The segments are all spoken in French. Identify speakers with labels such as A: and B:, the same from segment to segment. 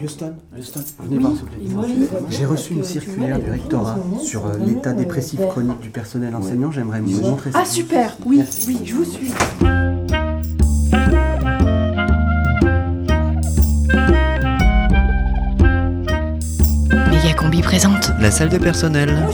A: Houston, Houston, venez voir, s'il vous plaît. J'ai reçu une circulaire du rectorat sur euh, l'état dépressif chronique du personnel enseignant. J'aimerais vous montrer ça.
B: Ah super, oui, oui, je vous suis.
C: Megacombi présente
D: La salle de personnel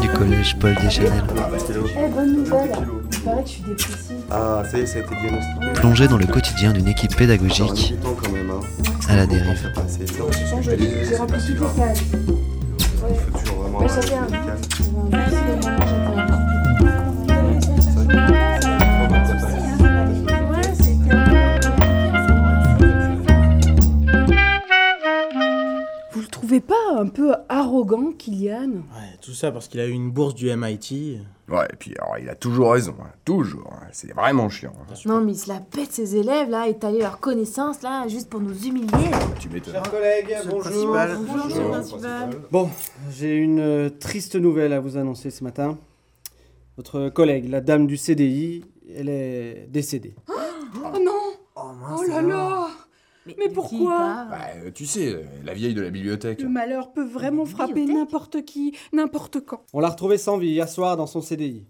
D: du collège Paul Deschanel.
B: Eh, bonne nouvelle. Il paraît que je suis dépressive.
E: Ah, ça y est, ça a été diagnostiqué.
D: Plongé dans le quotidien d'une équipe
E: Genre un
D: pédagogique
E: militant quand même. Hein.
D: à la dérive.
F: bah,
E: Ah, c'est ça.
B: J'ai rempli toutes les cases.
E: Il faut toujours vraiment avoir
B: Mais ça vient.
E: un
C: hein.
E: handicap.
B: Vous le trouvez pas un peu arrogant, Kylian
G: Ah,
H: Ouais, tout ça parce qu'il a eu une bourse du MIT.
F: Ouais, et puis alors, il a toujours raison, hein, toujours. hein, C'est vraiment chiant. hein.
I: Non, mais il se la pète, ses élèves, là, étaler leurs connaissances, là, juste pour nous humilier.
F: Tu m'étonnes.
H: Chers collègues, bonjour.
A: Bon, j'ai une euh, triste nouvelle à vous annoncer ce matin. Votre collègue, la dame du CDI, elle est décédée.
B: Oh non Oh là là Mais
I: de
B: pourquoi
I: qui il parle
F: Bah, euh, tu sais, euh, la vieille de la bibliothèque.
B: Le malheur peut vraiment frapper
I: bibliothèque
B: n'importe qui, n'importe quand.
A: On l'a retrouvée sans vie hier soir dans son CDI.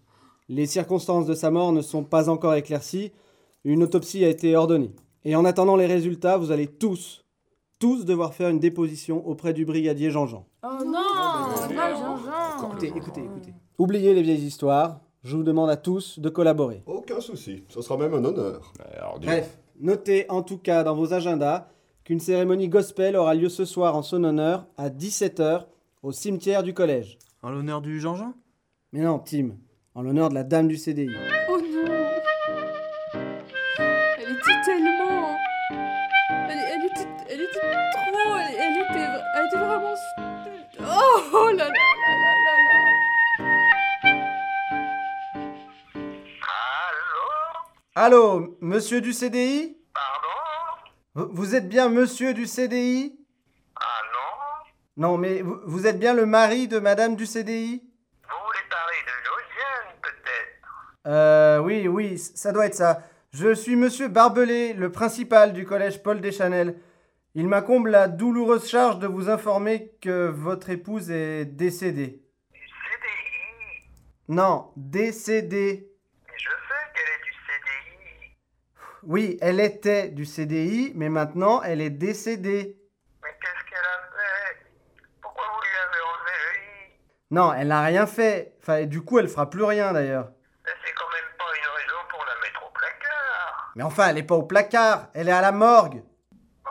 A: Les circonstances de sa mort ne sont pas encore éclaircies. Une autopsie a été ordonnée. Et en attendant les résultats, vous allez tous, tous devoir faire une déposition auprès du brigadier Jean-Jean.
I: Oh non hein, Pas Jean-Jean
A: Écoutez, écoutez, écoutez. Oubliez les vieilles histoires. Je vous demande à tous de collaborer.
E: Aucun souci, ce sera même un honneur.
F: Alors, dis-
A: Bref, notez en tout cas dans vos agendas qu'une cérémonie gospel aura lieu ce soir en son honneur à 17h au cimetière du collège.
H: En l'honneur du Jean-Jean
A: Mais non, Tim, en l'honneur de la dame du CDI.
B: Oh non Elle était tellement... Elle, elle était, elle était trop... Elle, elle était, elle était vraiment... Oh, oh là là là là là là
A: Allô, monsieur du CDI Pardon Vous êtes bien monsieur du CDI Ah non Non, mais vous, vous êtes bien le mari de madame du CDI Vous voulez parler de Josiane, peut-être Euh, oui, oui, c- ça doit être ça. Je suis monsieur Barbelé, le principal du collège Paul Deschanel. Il m'incombe la douloureuse charge de vous informer que votre épouse est décédée. CDI Non, décédée. Oui, elle était du CDI, mais maintenant elle est décédée. Mais qu'est-ce qu'elle a fait Pourquoi vous lui avez enlevé Non, elle n'a rien fait. Enfin, et du coup, elle fera plus rien d'ailleurs. Mais c'est quand même pas une raison pour la mettre au placard. Mais enfin, elle n'est pas au placard, elle est à la morgue. Oh,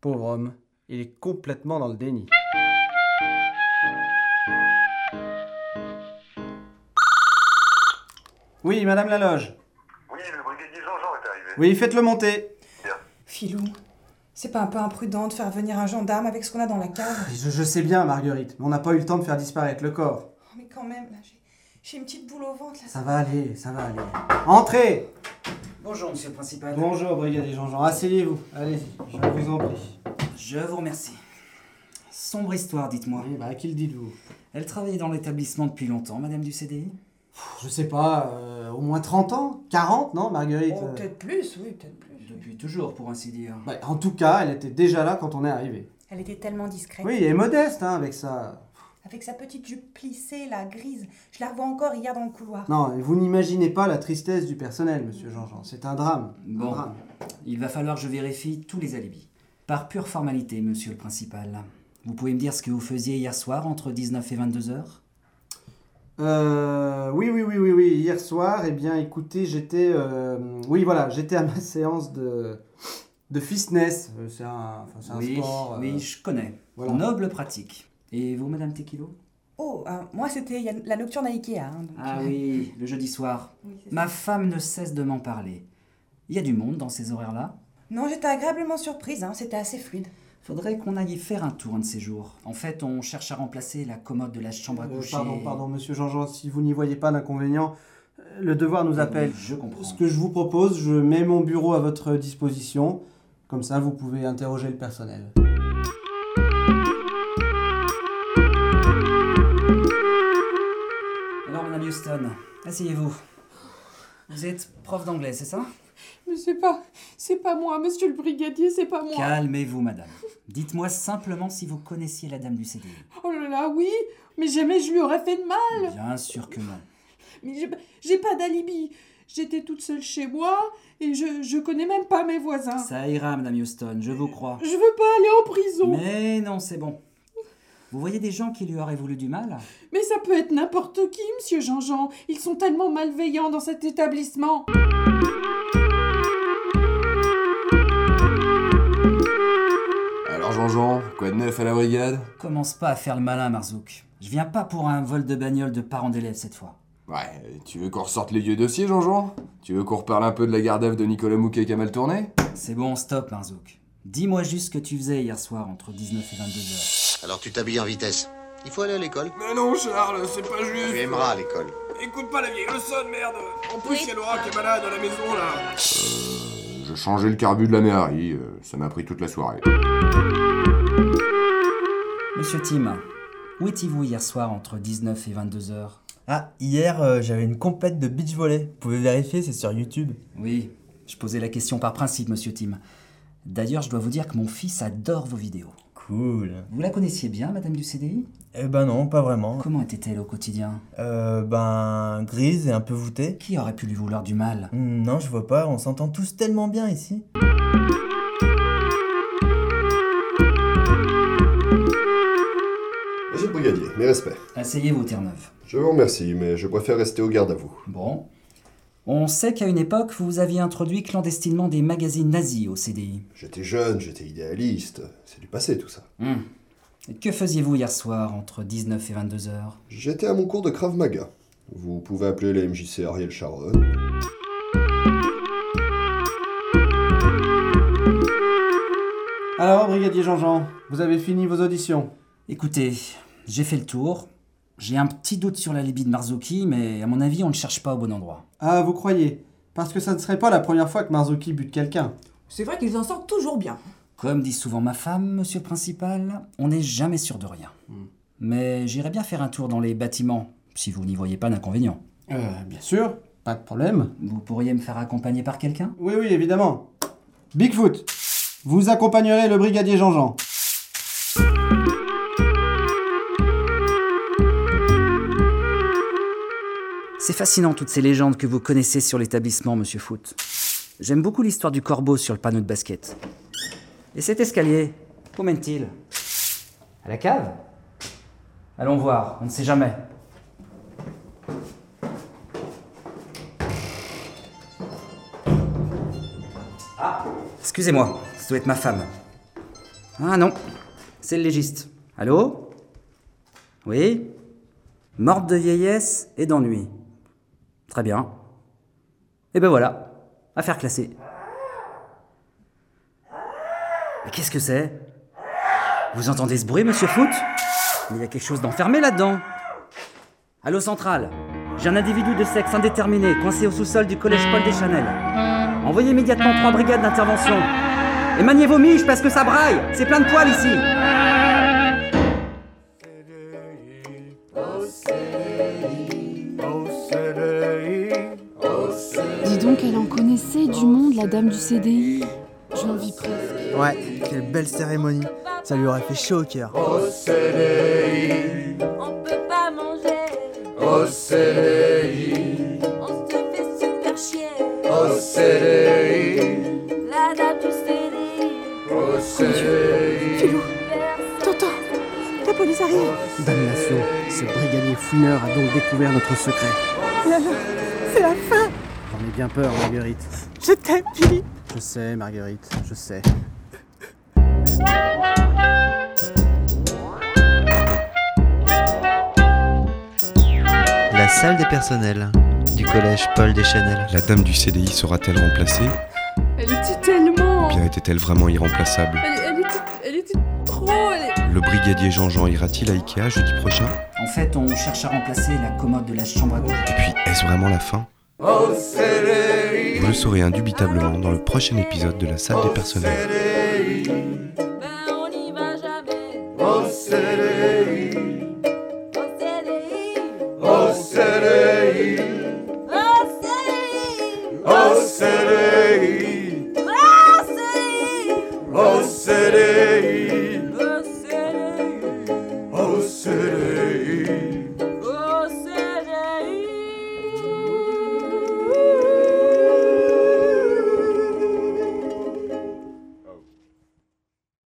A: Pauvre homme, il est complètement dans le déni. Oui, madame Laloge.
E: Oui, le brigadier Jean-Jean est arrivé.
A: Oui, faites-le monter.
J: Filou, c'est pas un peu imprudent de faire venir un gendarme avec ce qu'on a dans la cave
A: Je, je sais bien, Marguerite, mais on n'a pas eu le temps de faire disparaître le corps.
J: Oh, Mais quand même, là, j'ai- j'ai une petite boule au ventre là.
A: Ça va aller, ça va aller. Entrez
K: Bonjour, monsieur le principal.
A: Bonjour, brigadier Jean-Jean. Asseyez-vous. Allez-y, je vous en prie.
K: Je vous remercie. Sombre histoire, dites-moi.
A: Oui, bah, qui le dites-vous
K: Elle travaillait dans l'établissement depuis longtemps, madame du CDI
A: Je sais pas, euh, au moins 30 ans 40, non, Marguerite
J: Oh,
A: Euh,
J: peut-être plus, oui, peut-être plus.
K: Depuis toujours, pour ainsi dire.
A: bah, En tout cas, elle était déjà là quand on est arrivé.
J: Elle était tellement discrète.
A: Oui, et modeste, hein, avec ça.
J: Avec sa petite jupe plissée, la grise. Je la revois encore hier dans le couloir.
A: Non, et vous n'imaginez pas la tristesse du personnel, monsieur Jean-Jean. C'est un drame. Un
K: Bon.
A: drame.
K: Il va falloir que je vérifie tous les alibis. Par pure formalité, monsieur le principal. Vous pouvez me dire ce que vous faisiez hier soir entre 19 et 22 heures
A: Euh, oui, oui, oui, oui, oui. Hier soir, eh bien, écoutez, j'étais, euh, oui, voilà, j'étais à ma séance de de fitness. Euh, C'est un, enfin, c'est un
K: Oui,
A: sport. euh,
K: oui, je connais.
A: voilà.
K: Noble pratique. Et vous, madame Tequilo
J: Oh, euh, moi c'était il y a la nocturne à Ikea. hein, donc,
K: Ah
J: euh,
K: oui, le jeudi soir.
J: oui, c'est ça.
K: Ma femme ne cesse de m'en parler. Il y a du monde dans ces horaires-là
J: Non, j'étais agréablement surprise, hein, c'était assez fluide.
K: Faudrait qu'on aille y faire un tour un de ces jours. En fait, on cherche à remplacer la commode de la chambre à
A: euh,
K: coucher.
A: pardon, pardon, Monsieur Jean-Jean, si vous n'y voyez pas d'inconvénient, euh, le devoir nous appelle.
K: Je comprends.
A: Ce que je vous propose, je mets mon bureau à votre disposition. Comme ça, vous pouvez interroger le personnel.
K: Alors, madame Houston, asseyez-vous. Vous êtes prof d'anglais, c'est ça
B: Mais c'est pas, c'est pas moi, monsieur le brigadier, c'est pas moi.
K: Calmez-vous, madame. Dites-moi simplement si vous connaissiez la dame du CDI.
B: Oh là là, oui, mais jamais je lui aurais fait de mal.
K: Bien sûr que non.
B: Mais j'ai, j'ai pas d'alibi. J'étais toute seule chez moi et je, je connais même pas mes voisins.
K: Ça ira, madame Houston, je vous crois.
B: Je veux pas aller en prison. Mais,
K: Mais non, c'est bon. Vous voyez des gens qui lui auraient voulu du mal
B: ça peut être n'importe qui, monsieur Jean-Jean. Ils sont tellement malveillants dans cet établissement.
C: Alors Jean-Jean, quoi de neuf à la brigade
K: Commence pas à faire le malin, Marzouk. Je viens pas pour un vol de bagnole de parents d'élèves cette fois.
C: Ouais, tu veux qu'on ressorte les vieux dossiers Jean-Jean Tu veux qu'on reparle un peu de la garde à vue de Nicolas Mouquet qui a mal tourné
K: C'est bon, stop, Marzouk. Dis-moi juste ce que tu faisais hier soir entre 19 et 22 heures.
L: Alors tu t'habilles en vitesse. Il faut aller à l'école.
F: Mais non, Charles, c'est pas
L: Tu
F: juste.
L: aimeras l'école.
F: Écoute pas la vieille leçon, merde. En plus, il y a Laura qui est malade à la maison, là.
C: Je changeais le carbu de la mairie, euh, ça m'a pris toute la soirée.
K: Monsieur Tim, où étiez-vous hier soir entre 19 et 22 heures
G: Ah, hier, euh, j'avais une compète de beach volley. Vous pouvez vérifier, c'est sur YouTube.
K: Oui, je posais la question par principe, monsieur Tim. D'ailleurs, je dois vous dire que mon fils adore vos vidéos.
G: Cool.
K: Vous la connaissiez bien, madame du CDI
G: Eh ben non, pas vraiment.
K: Comment était-elle au quotidien
G: Euh, ben, grise et un peu voûtée.
K: Qui aurait pu lui vouloir du mal
G: Hmm, Non, je vois pas, on s'entend tous tellement bien ici.
E: Monsieur le brigadier, mes respects.
K: Asseyez-vous, Terre-Neuve.
E: Je vous remercie, mais je préfère rester au garde à vous.
K: Bon. On sait qu'à une époque, vous aviez introduit clandestinement des magazines nazis au CDI.
E: J'étais jeune, j'étais idéaliste. C'est du passé tout ça.
K: Hum. Et que faisiez-vous hier soir entre 19 et 22 heures
E: J'étais à mon cours de Krav Maga. Vous pouvez appeler la MJC Ariel Sharon.
A: Alors, brigadier Jean-Jean, vous avez fini vos auditions.
K: Écoutez, j'ai fait le tour. J'ai un petit doute sur la libye de Marzuki, mais à mon avis, on ne cherche pas au bon endroit.
A: Ah, vous croyez Parce que ça ne serait pas la première fois que Marzuki bute quelqu'un.
M: C'est vrai qu'ils en sortent toujours bien.
K: Comme dit souvent ma femme, monsieur le principal, on n'est jamais sûr de rien. Mais j'irai bien faire un tour dans les bâtiments, si vous n'y voyez pas d'inconvénient.
A: Euh, bien sûr, pas de problème.
K: Vous pourriez me faire accompagner par quelqu'un
A: Oui, oui, évidemment. Bigfoot, vous accompagnerez le brigadier Jean-Jean.
K: C'est fascinant toutes ces légendes que vous connaissez sur l'établissement, monsieur Foot. J'aime beaucoup l'histoire du corbeau sur le panneau de basket. Et cet escalier, où mène-t-il À la cave Allons voir, on ne sait jamais. Ah Excusez-moi, ça doit être ma femme. Ah non, c'est le légiste. Allô Oui Morte de vieillesse et d'ennui. Très bien. Et ben voilà, affaire classée. Mais qu'est-ce que c'est Vous entendez ce bruit, monsieur Foot Mais il y a quelque chose d'enfermé là-dedans. Allô centrale, j'ai un individu de sexe indéterminé coincé au sous-sol du collège Paul Deschanel. Envoyez immédiatement trois brigades d'intervention. Et maniez vos miches parce que ça braille, c'est plein de poils ici.
N: Dis donc, elle en connaissait du monde, la dame du CDI. J'en vis presque.
G: Ouais, quelle belle cérémonie. Ça lui aurait fait chaud au cœur.
O: On peut pas manger,
F: Au CDI,
O: on se fait super chier.
F: au CDI,
O: La dame du CDI,
F: au CDI.
M: Tonton, la police arrive.
P: Damnation, ce brigadier fouineur a donc découvert notre secret.
M: Oh là là, c'est la fin.
P: J'en ai bien peur, Marguerite.
M: Je t'aime, Philippe.
P: Je sais, Marguerite, je sais.
D: La salle des personnels du collège Paul Deschanel.
Q: La dame du CDI sera-t-elle remplacée
B: Elle était tellement.
Q: Ou bien était-elle vraiment irremplaçable
B: Elle, elle était, elle était trop. elle-
Q: Le brigadier Jean-Jean ira-t-il à Ikea jeudi prochain
K: En fait, on cherche à remplacer la commode de la chambre à coucher.
Q: Et puis, est-ce vraiment la fin
F: Au CDI,
Q: Vous le saurez indubitablement dans le prochain épisode de la salle des personnels.
O: on n'y va jamais.
F: au CDI,
O: Au CDI,
F: au CDI.
O: au CDI.
R: au CDI,
O: Au CDI,
R: au CDI.